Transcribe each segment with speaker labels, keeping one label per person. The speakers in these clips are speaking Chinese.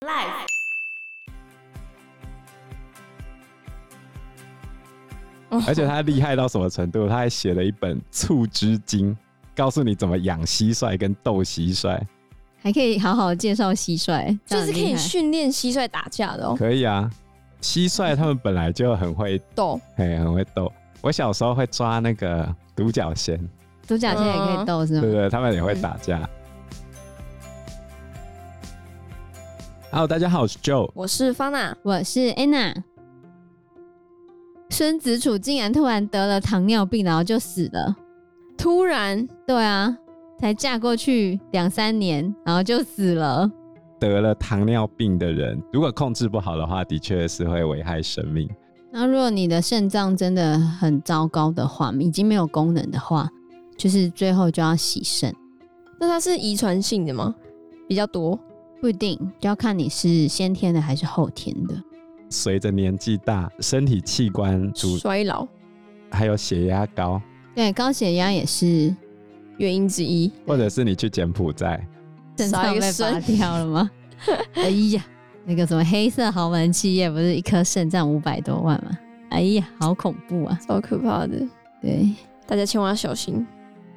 Speaker 1: Life。
Speaker 2: 哦
Speaker 3: 而且他厉害到什么程度？他还写了一本《醋汁经》，告诉你怎么养蟋蟀跟斗蟋蟀。
Speaker 2: 还可以好好介绍蟋蟀，
Speaker 1: 就是
Speaker 2: 这样很
Speaker 1: 可
Speaker 2: 厉
Speaker 1: 以
Speaker 2: 害
Speaker 1: 训练蟋蟀打架的哦。
Speaker 3: 可以啊，蟋蟀他们本来就很会，
Speaker 1: 斗
Speaker 3: 嘿，很会斗。我小时候会抓那个独角仙，
Speaker 2: 独角仙也可
Speaker 1: 嗯
Speaker 2: 以斗
Speaker 3: 对
Speaker 2: 是
Speaker 3: 不
Speaker 2: 吗？
Speaker 3: 对？他们也会打架。Hello，大家好，我是 Joe。
Speaker 1: 我是方娜，
Speaker 2: 我是 Anna。孙子楚竟然突然得了糖尿病，然后就死了。
Speaker 1: 突然
Speaker 2: 对啊，才嫁过去两三年，然后就死了。
Speaker 3: 得了糖尿病的人，如果控制不好的话，的确是会危害生命。
Speaker 2: 那如果你的肾脏真的很糟糕的话，已经没有功能的话，就是最后就要洗肾，
Speaker 1: 那它是遗传性的吗？比较多
Speaker 2: 不一定就要看你是先天的还是后天的。
Speaker 3: 随着年纪大，身体器官组
Speaker 1: 衰老
Speaker 3: 还有血压高，
Speaker 2: 对，高血压也是
Speaker 1: 原因之一。
Speaker 3: 或者是你去柬埔寨，
Speaker 2: 肾
Speaker 1: 少
Speaker 2: 脏
Speaker 1: 一个
Speaker 2: 被拔
Speaker 1: 肾
Speaker 2: 掉了 吗？哎呀，那个什么黑色豪门企业不是一颗肾脏五百多万吗？哎呀，好恐怖啊！
Speaker 1: 超可怕的，
Speaker 2: 对，
Speaker 1: 大家千万要小心。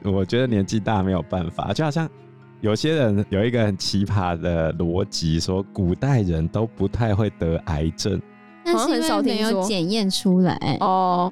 Speaker 3: 我觉得年纪大没有办法，就好像有些人有一个很奇葩的逻辑，说古代人都不太会得癌症，
Speaker 2: 那
Speaker 1: 好像
Speaker 2: 是
Speaker 1: 很
Speaker 2: 因
Speaker 1: 少
Speaker 2: 为
Speaker 1: 听
Speaker 2: 没有
Speaker 1: 说
Speaker 2: 检验出来。
Speaker 1: 哦，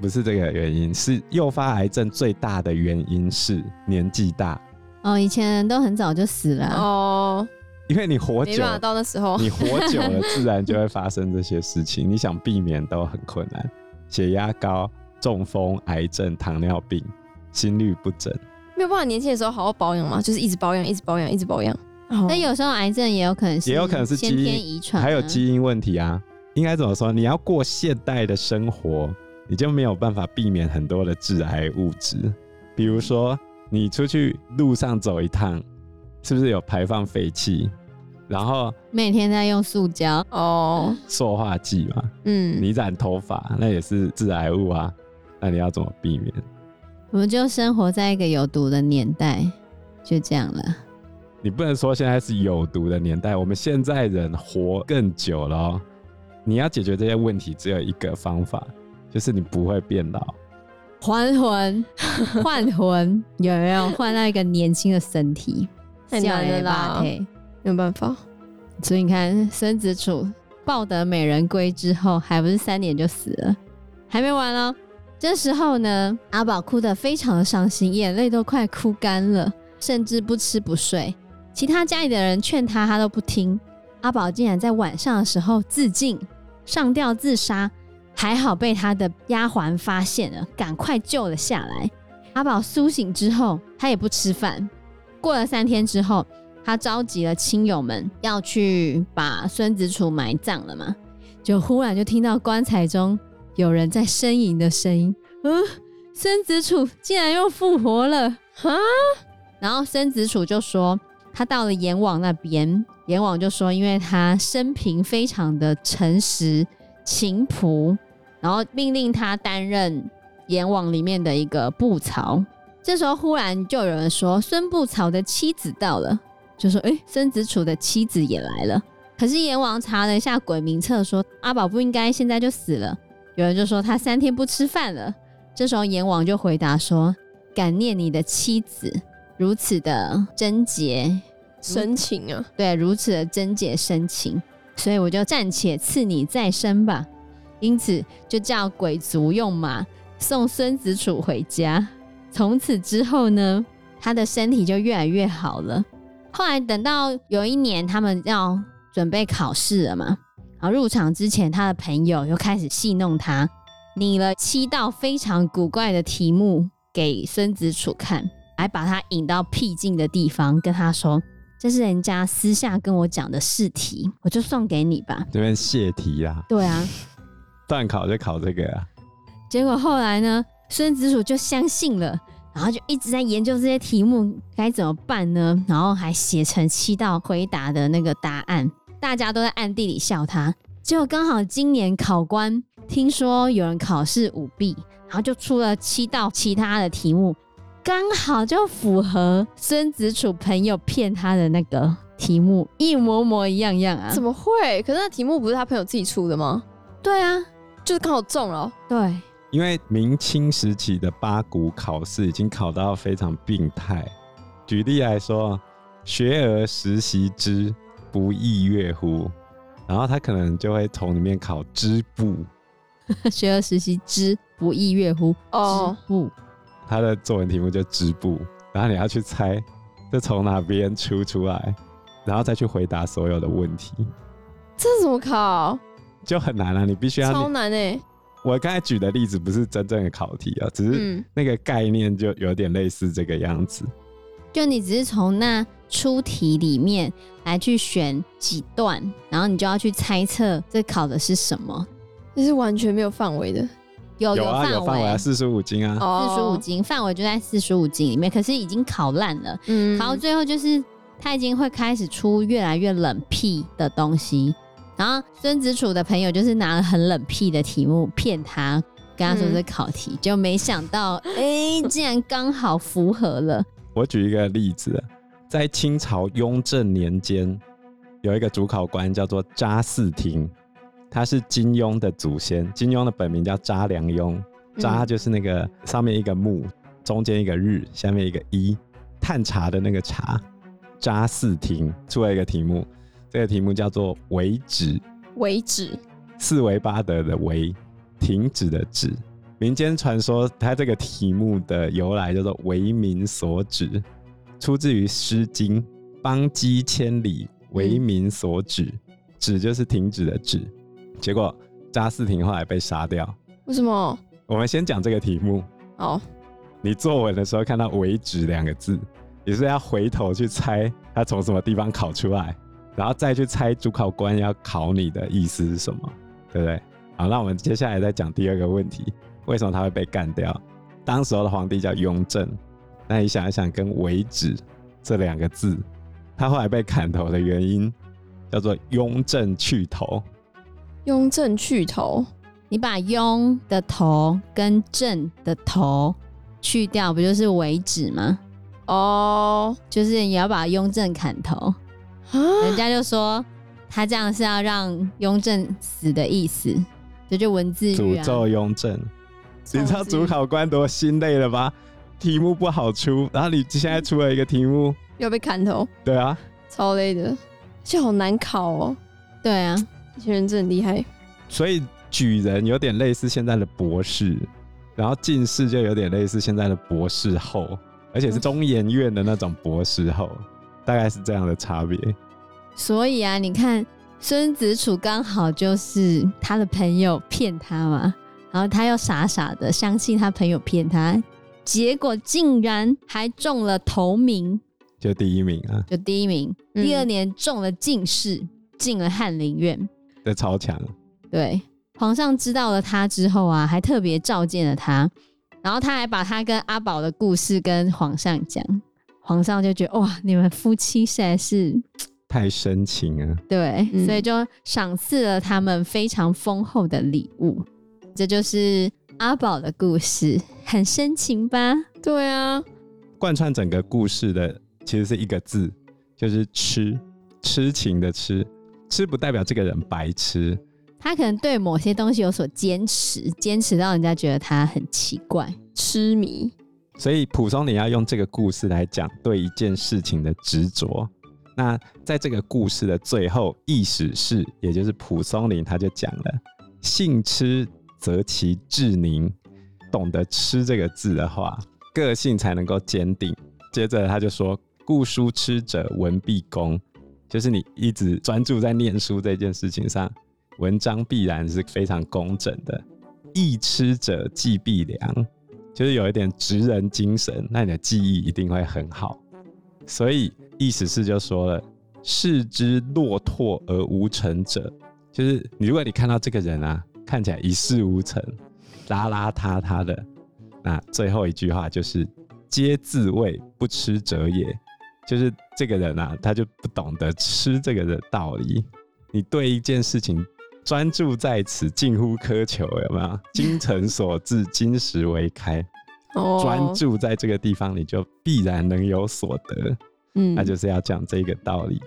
Speaker 3: 不是这个原因，是诱发癌症最大的原因是年纪大，
Speaker 2: 哦，以前人都很早就死了啊、
Speaker 1: 哦，
Speaker 3: 因为你活
Speaker 1: 没
Speaker 3: 久
Speaker 1: 办，
Speaker 3: 啊
Speaker 1: 法，到那时候
Speaker 3: 你活久了，自然就会发生这些事情，你想避免都很困难，血压高、中风、癌症、糖尿病、心律不整。
Speaker 1: 没有办法，年轻的时候好好保养嘛，就是一直保养，一直保养，一直保养。哦
Speaker 2: 但有时候癌症也有可能是，
Speaker 3: 也有可能是基
Speaker 2: 先
Speaker 3: 因
Speaker 2: 天遗传啊、
Speaker 3: 还有基因问题啊。应该怎么说？你要过现代的生活，你就没有办法避免很多的致癌物质，比如说你出去路上走一趟，是不是有排放废气，然后
Speaker 2: 每天在用塑胶，
Speaker 1: 哦，
Speaker 3: 塑化剂嘛，
Speaker 1: 嗯，
Speaker 3: 你染头发那也是致癌物啊。那你要怎么避免？
Speaker 2: 我们就生活在一个有毒的年代，就这样了。
Speaker 3: 你不能说现在是有毒的年代，我们现在人活更久了哦。你要解决这些问题，只有一个方法，就是你不会变老。
Speaker 2: 还魂， 换魂，有没有换到一个年轻的身体？
Speaker 1: 太难了
Speaker 2: 笑
Speaker 1: 啦
Speaker 2: 雷巴
Speaker 1: 没有办法，
Speaker 2: 特所以你看，孙子楚抱得美人归之后，还不是三年就死了？还没完哦。这时候呢，阿宝哭得非常的伤心，眼泪都快哭干了，甚至不吃不睡。其他家里的人劝他，他都不听。阿宝竟然在晚上的时候自尽，上吊自杀，还好被他的丫鬟发现了，赶快救了下来。阿宝苏醒之后，他也不吃饭。过了三天之后，他召集了亲友们要去把孙子楚埋葬了嘛，就忽然就听到棺材中有人在呻吟的声音，嗯，孙子楚竟然又复活了啊！然后孙子楚就说，他到了阎王那边，阎王就说，因为他生平非常的诚实勤仆，然后命令他担任阎王里面的一个布曹。这时候忽然就有人说，孙布曹的妻子到了，就说：“哎、孙子楚的妻子也来了。”可是阎王查了一下鬼名册，说阿宝不应该现在就死了。有人就说他三天不吃饭了。这时候阎王就回答说：“感念你的妻子如此的贞洁，
Speaker 1: 深情啊，
Speaker 2: 对，如此的贞洁深情，所以我就暂且赐你再生吧。因此就叫鬼卒用马送孙子楚回家。从此之后呢，他的身体就越来越好了。后来等到有一年，他们要准备考试了嘛，然后入场之前，他的朋友又开始戏弄他，拟了七道非常古怪的题目给孙子楚看，还把他引到僻静的地方，跟他说：“这是人家私下跟我讲的试题，我就送给你吧。
Speaker 3: 这边泄题啦、”
Speaker 2: 对啊，
Speaker 3: 断考就考这个啊，
Speaker 2: 结果后来呢，孙子楚就相信了，然后就一直在研究这些题目该怎么办呢？然后还写成七道回答的那个答案，大家都在暗地里笑他。结果刚好今年考官听说有人考试舞弊，然后就出了七道其他的题目，刚好就符合孙子楚朋友骗他的那个题目一模模一样样啊。
Speaker 1: 怎
Speaker 2: 么？
Speaker 1: 么会？可是那题目不是他朋友自己出的吗？
Speaker 2: 对啊，
Speaker 1: 就是刚好中了哦、
Speaker 2: 对，
Speaker 3: 因为明清时期的八股考试已经考到非常病态。举例来说，学而时习之，不亦说乎？然后他可能就会从里面考织布，
Speaker 2: 学而时习之，不亦说乎？
Speaker 1: 哦
Speaker 2: 织布
Speaker 3: 他的作文题目就织布，然后你要去猜这从哪边出出来，然后再去回答所有的问题，
Speaker 1: 这怎么考？
Speaker 3: 就很难了、啊你必须
Speaker 1: 超
Speaker 3: 要，
Speaker 1: 难哎、
Speaker 3: 我刚才举的例子不是真正的考题啊，只是
Speaker 1: 嗯，
Speaker 3: 那个概念就有点类似这个样子。
Speaker 2: 就你只是从那出题里面来去选几段，然后你就要去猜测这考的是什么。
Speaker 1: 这是完全没有范围的
Speaker 2: 哦有
Speaker 3: 有啊，有
Speaker 2: 范
Speaker 3: 范围
Speaker 2: 围
Speaker 3: 啊，，四书五经啊。
Speaker 2: 四书五
Speaker 1: 哦，
Speaker 2: 经范围就在四书五经里面，可是已经考烂了。
Speaker 1: 嗯
Speaker 2: 考到最后就是他已经会开始出越来越冷僻的东西。然后孙子楚的朋友就是拿了很冷僻的题目骗他，跟他说
Speaker 1: 嗯
Speaker 2: 是考题，就没想到哎、竟然刚好符合了。
Speaker 3: 我举一个例子，啊在清朝雍正年间，有一个主考官叫做查士廷，他是金庸的祖先。金庸的本名叫查良镛，查就是那个上面一个木，中间一个日，下面一个一，探查的那个查。查士廷出了一个题目，这个题目叫做“为止
Speaker 1: 为止，”，
Speaker 3: 四维八德的“维”，停止的“止”。民间传说，它这个题目的由来叫做“为民所指”，出自于《诗经》：“邦畿千里，为民所指。止就是停止的“止”。结果查士廷后来被杀掉。
Speaker 1: 为什么？
Speaker 3: 我们先讲这个题目，
Speaker 1: 哦，
Speaker 3: 你作文的时候看到“为止”两个字，你是要回头去猜它从什么地方考出来，然后再去猜主考官要考你的意思是什么，对不对？好，那我们接下来再讲第二个问题，为什么他会被干掉？当时候的皇帝叫雍正，那你想一想，跟“为止”这两个字，他后来被砍头的原因叫做“雍正去头
Speaker 1: 雍正去头，
Speaker 2: 你把雍的头跟正的头去掉，不就是为止吗？
Speaker 1: 哦
Speaker 2: 就是也要把雍正砍头，
Speaker 1: 啊，
Speaker 2: 人家就说他这样是要让雍正死的意思，这就文”，字狱
Speaker 3: 诅
Speaker 2: 啊。
Speaker 3: 咒雍正。你知道主考官多心累了吧？题目不好出，然后你现在出了一个题目，
Speaker 1: 要被砍头，
Speaker 3: 对啊，
Speaker 1: 超累的，而且好难考哦。
Speaker 2: 对啊，
Speaker 1: 以前人真的很厉害，
Speaker 3: 所以举人有点类似现在的博士，然后进士就有点类似现在的博士后，而且是中研院的那种博士后，大概是这样的差别。
Speaker 2: 所以啊，你看孙子楚刚好就是他的朋友骗他嘛，然后他又傻傻的相信他朋友骗他，结果竟然还中了头名，
Speaker 3: 就第一名啊，
Speaker 2: 就第一名。
Speaker 1: 嗯
Speaker 2: 第二年中了进士，进了翰林院。
Speaker 3: 这超强。
Speaker 2: 对，皇上知道了他之后啊，还特别召见了他，然后他还把他跟阿宝的故事跟皇上讲，皇上就觉得哇，你们夫妻实在是
Speaker 3: 太深情啊了，
Speaker 2: 对，
Speaker 1: 嗯
Speaker 2: 所以就赏赐了他们非常丰厚的礼物。这就是阿宝的故事，很深情吧？
Speaker 1: 对啊，
Speaker 3: 贯穿整个故事的其实是一个字，就是痴，痴情的痴。痴不代表这个人白痴，
Speaker 2: 他可能对某些东西有所坚持，坚持到人家觉得他很奇怪。
Speaker 1: 痴迷，
Speaker 3: 所以蒲松龄要用这个故事来讲对一件事情的执着。那在这个故事的最后，意史是，也就是蒲松龄他就讲了：“性痴则其志宁。”懂得“吃”这个字的话，个性才能够坚定。接着他就说：“故书痴者文必功。”就是你一直专注在念书这件事情上，文章必然是非常工整的。易痴者既必良，就是有一点职人精神，那你的记忆一定会很好。所以意思是就说了，视之落拓而无成者，就是你如果你看到这个人啊，看起来一事无成，邋邋遢遢的，那最后一句话就是皆自谓不吃者也，就是这个人啊，他就不懂得吃这个的道理。你对一件事情专注在此，近乎苛求，有没有？精诚所至，金石为开。
Speaker 1: 哦，
Speaker 3: 专，注在这个地方，你就必然能有所得。
Speaker 1: 嗯
Speaker 3: 那就是要讲这个道理。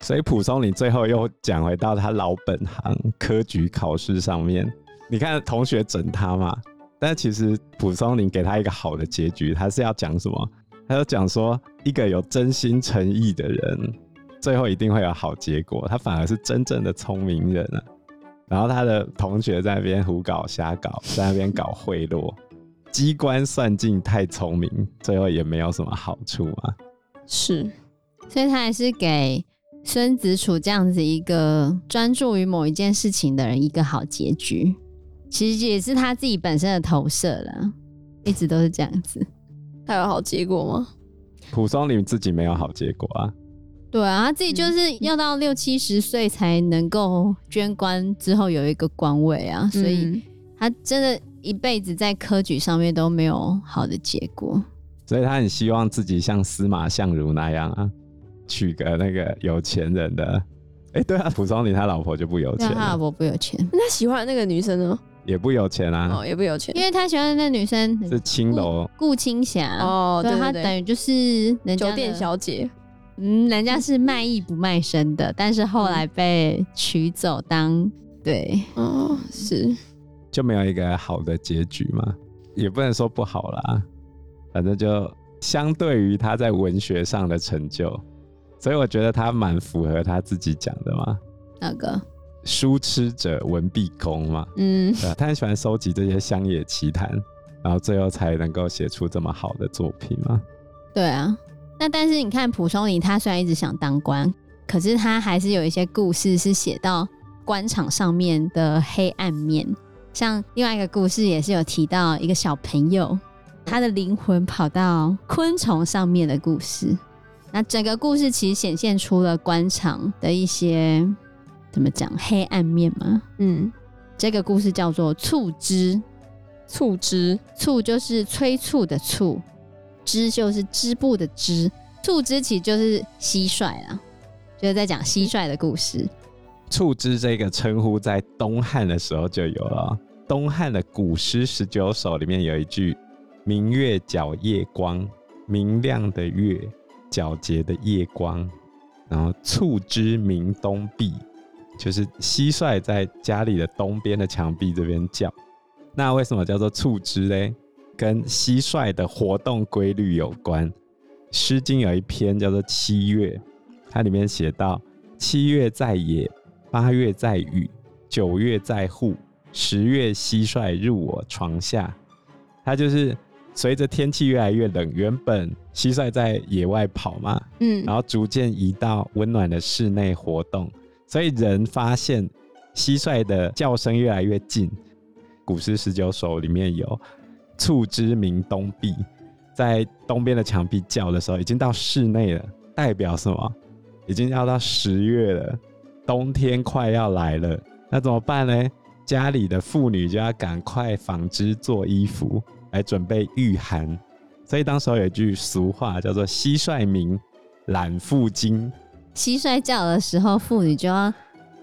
Speaker 3: 所以蒲松龄最后又讲回到他老本行科举考试上面。你看同学整他嘛，但其实蒲松龄给他一个好的结局，他是要讲什么？他就讲说，一个有真心诚意的人，最后一定会有好结果。他反而是真正的聪明人啊。然后他的同学在那边胡搞瞎搞，在那边搞贿赂，机关算尽太聪明，最后也没有什么好处嘛。
Speaker 1: 是
Speaker 2: 所以他还是给孙子楚这样子一个专注于某一件事情的人一个好结局，其实也是他自己本身的投射了，一直都是这样子。
Speaker 1: 他有好结果吗？
Speaker 3: 蒲松龄自己没有好结果啊。
Speaker 2: 对啊，他自己就是要到嗯六七十岁才能够捐官，之后有一个官位啊，所以
Speaker 1: 嗯
Speaker 2: 他真的一辈子在科举上面都没有好的结果。
Speaker 3: 所以他很希望自己像司马相如那样啊，娶个那个有钱人的。哎、对啊，蒲松龄他老婆就不有
Speaker 2: 那
Speaker 3: 钱
Speaker 2: 他
Speaker 3: 啊，
Speaker 2: 老婆不有钱，
Speaker 1: 那他喜欢的那个女生呢？
Speaker 3: 也不有钱啊，
Speaker 1: 哦，也不有钱
Speaker 2: 因为他喜欢的那女生
Speaker 3: 是青楼。
Speaker 2: 顾青霞，
Speaker 1: 哦，对
Speaker 2: 他
Speaker 1: 对对，
Speaker 2: 等于就是人家
Speaker 1: 酒
Speaker 2: 的
Speaker 1: 店小姐
Speaker 2: 嗯，人家是卖艺不卖身的，但是后来被娶走当对，
Speaker 1: 哦，是
Speaker 3: 就没有一个好的结局嘛，也不能说不好啦，反正就相对于他在文学上的成就，所以我觉得他蛮符合他自己讲的嘛，
Speaker 2: 那个
Speaker 3: 书痴者文必公嘛，
Speaker 1: 嗯，
Speaker 3: 对啊，他很喜欢收集这些乡野奇谈，然后最后才能够写出这么好的作品嘛。
Speaker 2: 对啊。那但是你看蒲松龄，他虽然一直想当官，可是他还是有一些故事是写到官场上面的黑暗面。像另外一个故事也是有提到一个小朋友，他的灵魂跑到昆虫上面的故事。那整个故事其实显现出了官场的一些怎么讲黑暗面嘛。
Speaker 1: 嗯，
Speaker 2: 这个故事叫做《醋汁》，
Speaker 1: 醋汁
Speaker 2: 醋就是催促的醋，织就是织布的织，醋汁其实就是蟋蟀啦，就是在讲蟋蟀的故事。
Speaker 3: 醋汁这个称呼在东汉的时候就有了哦。东汉的古诗十九首里面有一句“明月皎夜光”，明亮的月，皎洁的夜光。然后醋汁鸣东壁，就是蟋蟀在家里的东边的墙壁这边叫。那为什么叫做醋汁嘞？跟蟋蟀的活动规律有关。《诗经》有一篇叫做《七月》，它里面写到：“七月在野，八月在雨，九月在户，十月蟋蟀入我床下。它就是随着天气越来越冷，原本蟋蟀在野外跑嘛，
Speaker 1: 嗯
Speaker 3: 然后逐渐移到温暖的室内活动，所以人发现蟋蟀的叫声越来越近。古诗十九首里面有“促之鸣东壁”，在东边的墙壁叫的时候，已经到室内了，代表什么？已经要到十月了，冬天快要来了，那怎么办呢？家里的妇女就要赶快纺织做衣服，来准备御寒。所以当时候有一句俗话叫做“蟋蟀鸣，懒妇惊
Speaker 2: 蟋蟀叫的时候，妇女就要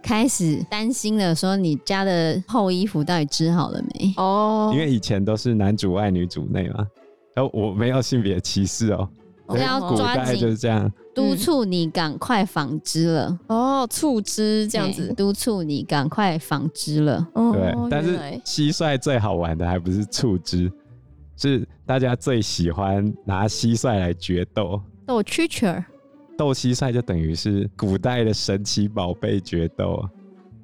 Speaker 2: 开始担心了，说你家的厚衣服到底织好了没？
Speaker 1: 哦”，
Speaker 3: 因为以前都是男主外女主内嘛。然后我没有性别歧视哦，
Speaker 2: 我要
Speaker 3: 古
Speaker 2: 抓
Speaker 3: 代就是这样。
Speaker 2: 督促你赶快纺织了，
Speaker 1: 哦，醋汁这样子
Speaker 2: 嘿，督促你赶快纺织了。
Speaker 1: 哦
Speaker 3: 对，但是
Speaker 1: 原来
Speaker 3: 蟋蟀最好玩的还不是触之，是大家最喜欢拿蟋蟀来决斗。
Speaker 2: 斗蛐蛐儿，
Speaker 3: 斗蟋蟀就等于是古代的神奇宝贝决斗，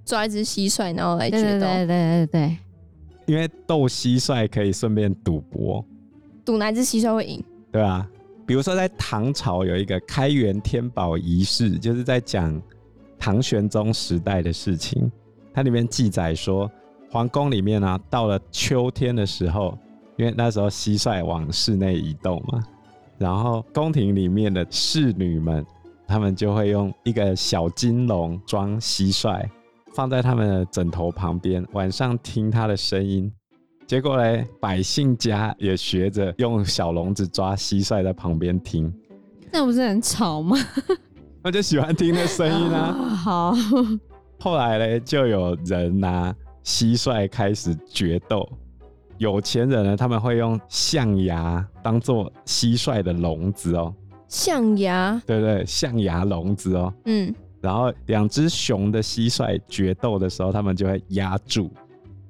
Speaker 1: 抓一只蟋蟀，然后来
Speaker 2: 对
Speaker 1: 决
Speaker 2: 对
Speaker 1: 斗，
Speaker 2: 对对对对，
Speaker 3: 因为斗蟋蟀可以顺便赌博，
Speaker 1: 赌哪一只蟋蟀会赢？
Speaker 3: 对吧、比如说在唐朝有一个开元天宝仪式，就是在讲唐玄宗时代的事情。它里面记载说，皇宫里面呢、啊，到了秋天的时候，因为那时候蟋蟀往室内移动嘛，然后宫廷里面的侍女们，她们就会用一个小金笼装蟋蟀，放在她们的枕头旁边，晚上听它的声音。结果嘞，百姓家也学着用小笼子抓蟋蟀，在旁边听，
Speaker 2: 那不是很吵吗？
Speaker 3: 那就喜欢听那声音啊。
Speaker 2: 好，
Speaker 3: 后来嘞，就有人拿蟋蟀开始决斗。有钱人呢，他们会用象牙当做蟋蟀的笼子哦，
Speaker 1: 象牙，
Speaker 3: 对不对？象牙笼子哦，
Speaker 1: 嗯，
Speaker 3: 然后两只熊的蟋蟀决斗的时候，他们就会压住，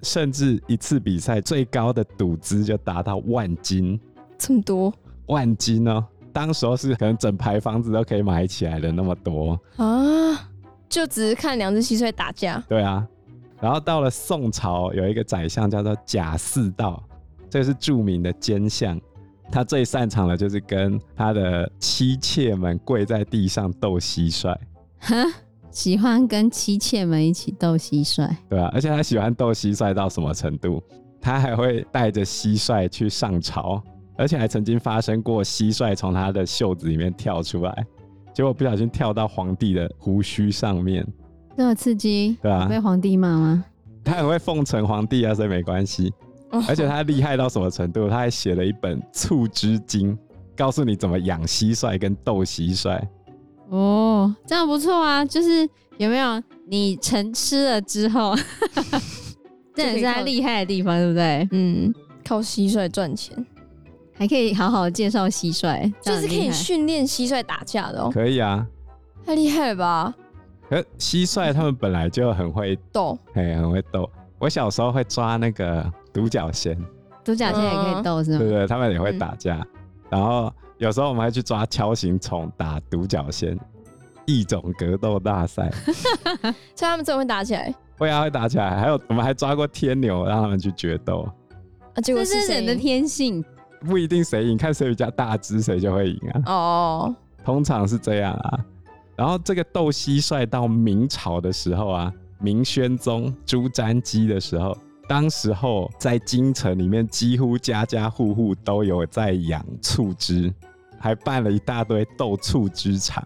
Speaker 3: 甚至一次比赛最高的赌资就达到万金，
Speaker 1: 这么多
Speaker 3: 万金哦，当时候是可能整排房子都可以买起来的那么多，
Speaker 1: 啊！就只是看两只蟋蟀打架，
Speaker 3: 对啊。然后到了宋朝，有一个宰相叫做贾似道，这是著名的奸相，他最擅长的就是跟他的妻妾们跪在地上斗蟋蟀。
Speaker 2: 哈，喜欢跟妻妾们一起斗蟋蟀，
Speaker 3: 对啊，而且他喜欢斗蟋蟀到什么程度？他还会带着蟋蟀去上朝，而且还曾经发生过蟋蟀从他的袖子里面跳出来，结果不小心跳到皇帝的胡须上面，
Speaker 2: 这么刺激，
Speaker 3: 对啊
Speaker 2: 有被，皇帝骂吗？
Speaker 3: 他很会奉承皇帝啊，所以没关系。
Speaker 1: 哦
Speaker 3: 而且他厉害到什么程度？他还写了一本《醋之经》，告诉你怎么养蟋蟀跟斗蟋蟀。
Speaker 2: 哦，这样不错啊，就是有没有你成吃了之后， 这也是他厉害的地方，对不对？
Speaker 1: 嗯，靠蟋蟀赚钱，
Speaker 2: 还可以好好介绍蟋蟀，这
Speaker 1: 就是
Speaker 2: 样很
Speaker 1: 可
Speaker 2: 厉
Speaker 1: 以
Speaker 2: 害
Speaker 1: 训练蟋蟀打架的哦，
Speaker 3: 可以啊，
Speaker 1: 太厉害了吧？
Speaker 3: 可蟋蟀他们本来就很会，
Speaker 1: 斗
Speaker 3: 嘿，很会斗。我小时候会抓那个独角仙。
Speaker 2: 独角仙也可以斗是
Speaker 3: 对
Speaker 2: 吗？
Speaker 3: 对，他们也会
Speaker 1: 嗯
Speaker 3: 打架。然后有时候我们还去抓锹形虫打独角仙，异种格斗大 赛
Speaker 1: 所以他们真的会打起来
Speaker 3: 会啊会打起来。还有我们还抓过天牛，让他们去决斗，
Speaker 1: 啊？结果
Speaker 2: 这
Speaker 1: 是
Speaker 2: 是
Speaker 1: 谁
Speaker 2: 人的天性，
Speaker 3: 不一定谁赢，看谁比较大只谁就会赢啊，
Speaker 1: 哦，
Speaker 3: 通常是这样啊。然后这个斗蟋蟀到明朝的时候啊，明宣宗朱瞻基的时候。当时候在京城里面，几乎家家户户都有在养醋汁，还办了一大堆斗醋汁厂，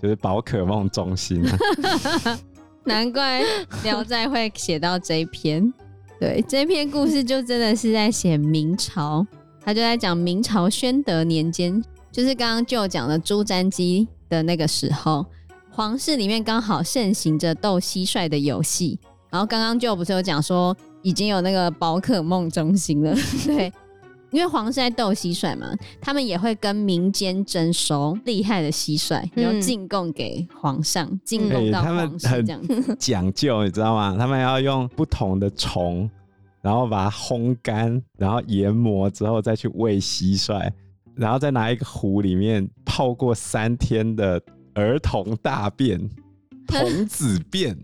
Speaker 3: 就是宝可梦中心、啊。
Speaker 2: 难怪《聊斋》会写到这一篇。对，这篇故事就真的是在写明朝，他就在讲明朝宣德年间，就是刚刚就讲的朱瞻基的那个时候，皇室里面刚好盛行着斗蟋蟀的游戏。然后刚刚就不是有讲说已经有那个宝可梦中心了， 对，因为皇室在斗蟋蟀嘛，他们也会跟民间征收厉害的蟋蟀，然
Speaker 1: 嗯
Speaker 2: 后进贡给皇上，进
Speaker 3: 哎
Speaker 2: 贡到
Speaker 3: 他们
Speaker 2: 皇室
Speaker 3: 很
Speaker 2: 这样子。
Speaker 3: 讲究，你知道吗？他们要用不同的虫，然后把它烘干，然后研磨之后再去喂蟋蟀，然后再拿一个壶里面泡过三天的儿童大便、童子便，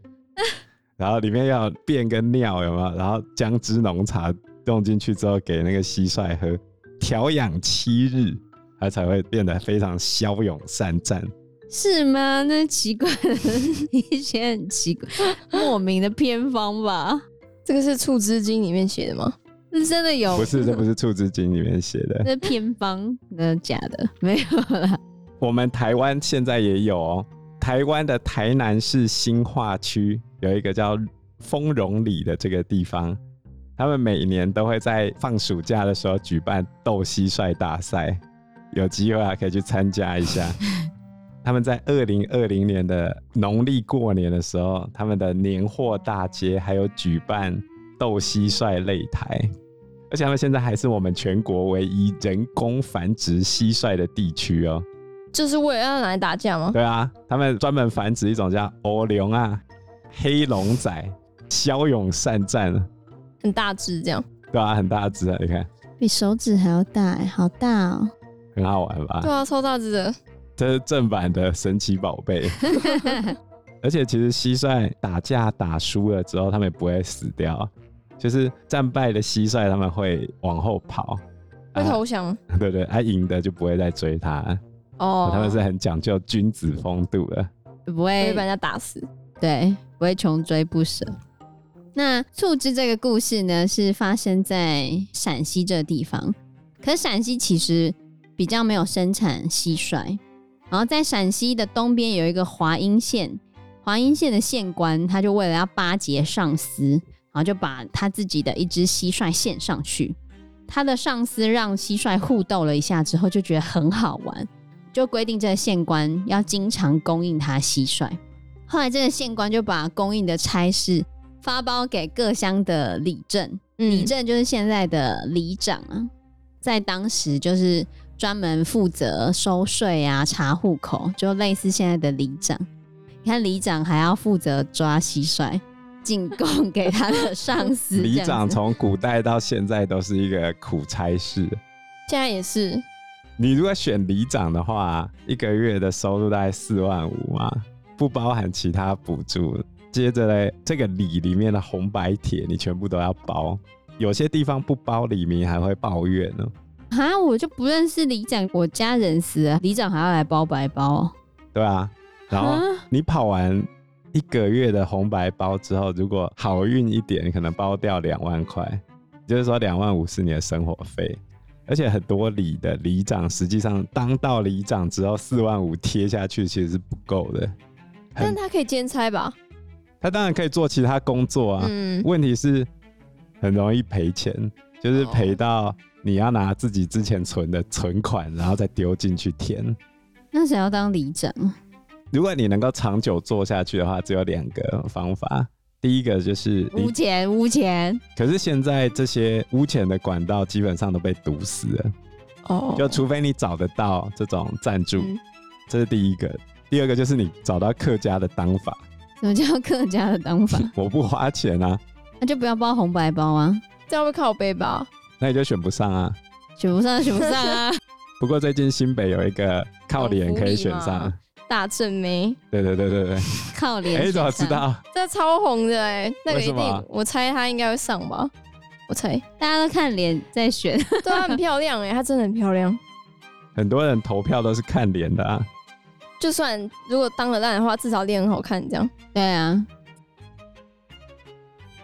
Speaker 3: 然后里面要有便跟尿有没有？然后姜汁浓茶弄进去之后给那个蟋蟀喝，调养七日，它才会变得非常骁勇善战。
Speaker 2: 是吗？那奇怪的 一些很奇怪、莫名的偏方吧？
Speaker 1: 这个是《醋之经》里面写的吗？
Speaker 2: 是真的有
Speaker 3: 不？是，这不是《兔子经》里面写的。
Speaker 2: 那偏方？那假的？没有啦。
Speaker 3: 我们台湾现在也有哦，台湾的台南市新化区有一个叫丰荣里的这个地方，他们每年都会在放暑假的时候举办斗蟋蟀大赛，有机会啊可以去参加一下。他们在二零二零年的农历过年的时候，他们的年货大街还有举办斗蟋蟀擂台，而且他们现在还是我们全国唯一人工繁殖蟋蟀的地区哦。
Speaker 1: 就是为了要拿来打架吗？
Speaker 3: 对啊，他们专门繁殖一种叫欧龙啊、黑龙仔，骁勇善战，
Speaker 1: 很大只这样，
Speaker 3: 对啊，很大只啊，你看
Speaker 2: 比手指还要大、欸，好大哦、
Speaker 3: 很好玩吧？
Speaker 1: 对啊，超大只的，
Speaker 3: 这是正版的神奇宝 贝。而且其实蟋蟀打架打输了之后，他们也不会死掉，啊就是战败的蟋蟀他们会往后跑，
Speaker 1: 会
Speaker 3: 啊
Speaker 1: 投降吗？
Speaker 3: 对对，啊赢的就不会再追他，
Speaker 1: 哦，
Speaker 3: 他们是哎很讲究君子风度的。
Speaker 2: 不
Speaker 1: 不
Speaker 2: 会
Speaker 1: 会把人家打死。
Speaker 2: 对，不会穷追不舍。那醋汁这个故事呢，是发生在陕西这个地方，可陕西其实比较没有生产蟋蟀，然后在陕西的东边有一个华阴县，华阴县的县官他就为了要巴结上司，然后就把他自己的一只蟋蟀献上去。他的上司让蟋蟀互斗了一下之后，就觉得很好玩，就规定这个县官要经常供应他蟋蟀。后来这个县官就把供应的差事发包给各乡的里镇，里
Speaker 1: 嗯，
Speaker 2: 镇就是现在的里长啊，在当时就是专门负责收税啊、查户口，就类似现在的里长。你看里长还要负责抓蟋蟀进贡给他的 上司，
Speaker 3: 里
Speaker 2: 这样
Speaker 3: 长
Speaker 2: 子
Speaker 3: 从古代到现在都是一个苦差事。
Speaker 1: 现在也是
Speaker 3: 你如果选里长的话，一个月的收入大概四万五嘛，不包含其他补助。接着嘞，这个里里面的红白帖你全部都要包，有些地方不包，里民还会抱怨呢。
Speaker 2: 啊，我就不认识里长，我家人死了，里长还要来包白包哦、
Speaker 3: 对啊，然后
Speaker 2: 啊
Speaker 3: 你跑完一个月的红白包之后，如果好运一点，可能包掉两万块，就是说两万五是你的生活费。而且很多里的里长，实际上当到里长之后，四万五贴下去其实是不够的。很
Speaker 1: 但他可以兼差吧？
Speaker 3: 他当然可以做其他工作啊，
Speaker 1: 嗯，
Speaker 3: 问题是很容易赔钱，就是
Speaker 1: 哦
Speaker 3: 赔到你要拿自己之前存的存款，然后再丢进去填。
Speaker 2: 那谁要当里长？
Speaker 3: 如果你能够长久做下去的话，只有两个方法。第一个就是
Speaker 2: 污
Speaker 3: 你，
Speaker 2: 钱污钱，
Speaker 3: 可是现在这些污钱的管道基本上都被堵死了，
Speaker 1: 哦
Speaker 3: 就除非你找得到这种赞助，
Speaker 1: 嗯
Speaker 3: 这是第一个。第二个就是你找到客家的当法，
Speaker 2: 什么叫客家的当法？
Speaker 3: 我不花钱啊，
Speaker 2: 那就不要包红白包啊，
Speaker 1: 这样会靠背吧？
Speaker 3: 那你就选不上啊。
Speaker 2: 选不上就选不上 啊，
Speaker 3: 不过最近新北有一个靠脸可以选
Speaker 1: 哦懂福利
Speaker 3: 上
Speaker 1: 嘛，大正妹，
Speaker 3: 对对对对对。
Speaker 2: 靠脸。
Speaker 3: 哎、你怎么知？道？
Speaker 1: 这超红的哎、那个
Speaker 3: 为
Speaker 1: 一
Speaker 3: 什么啊
Speaker 1: 定，我猜他应该会上吧？我猜，
Speaker 2: 大家都看脸 在选，
Speaker 1: 对，她很漂亮哎、她真的很漂亮。
Speaker 3: 很多人投票都是看脸的啊。
Speaker 1: 就算如果当了烂的话，至少脸很好看，这样
Speaker 2: 对啊，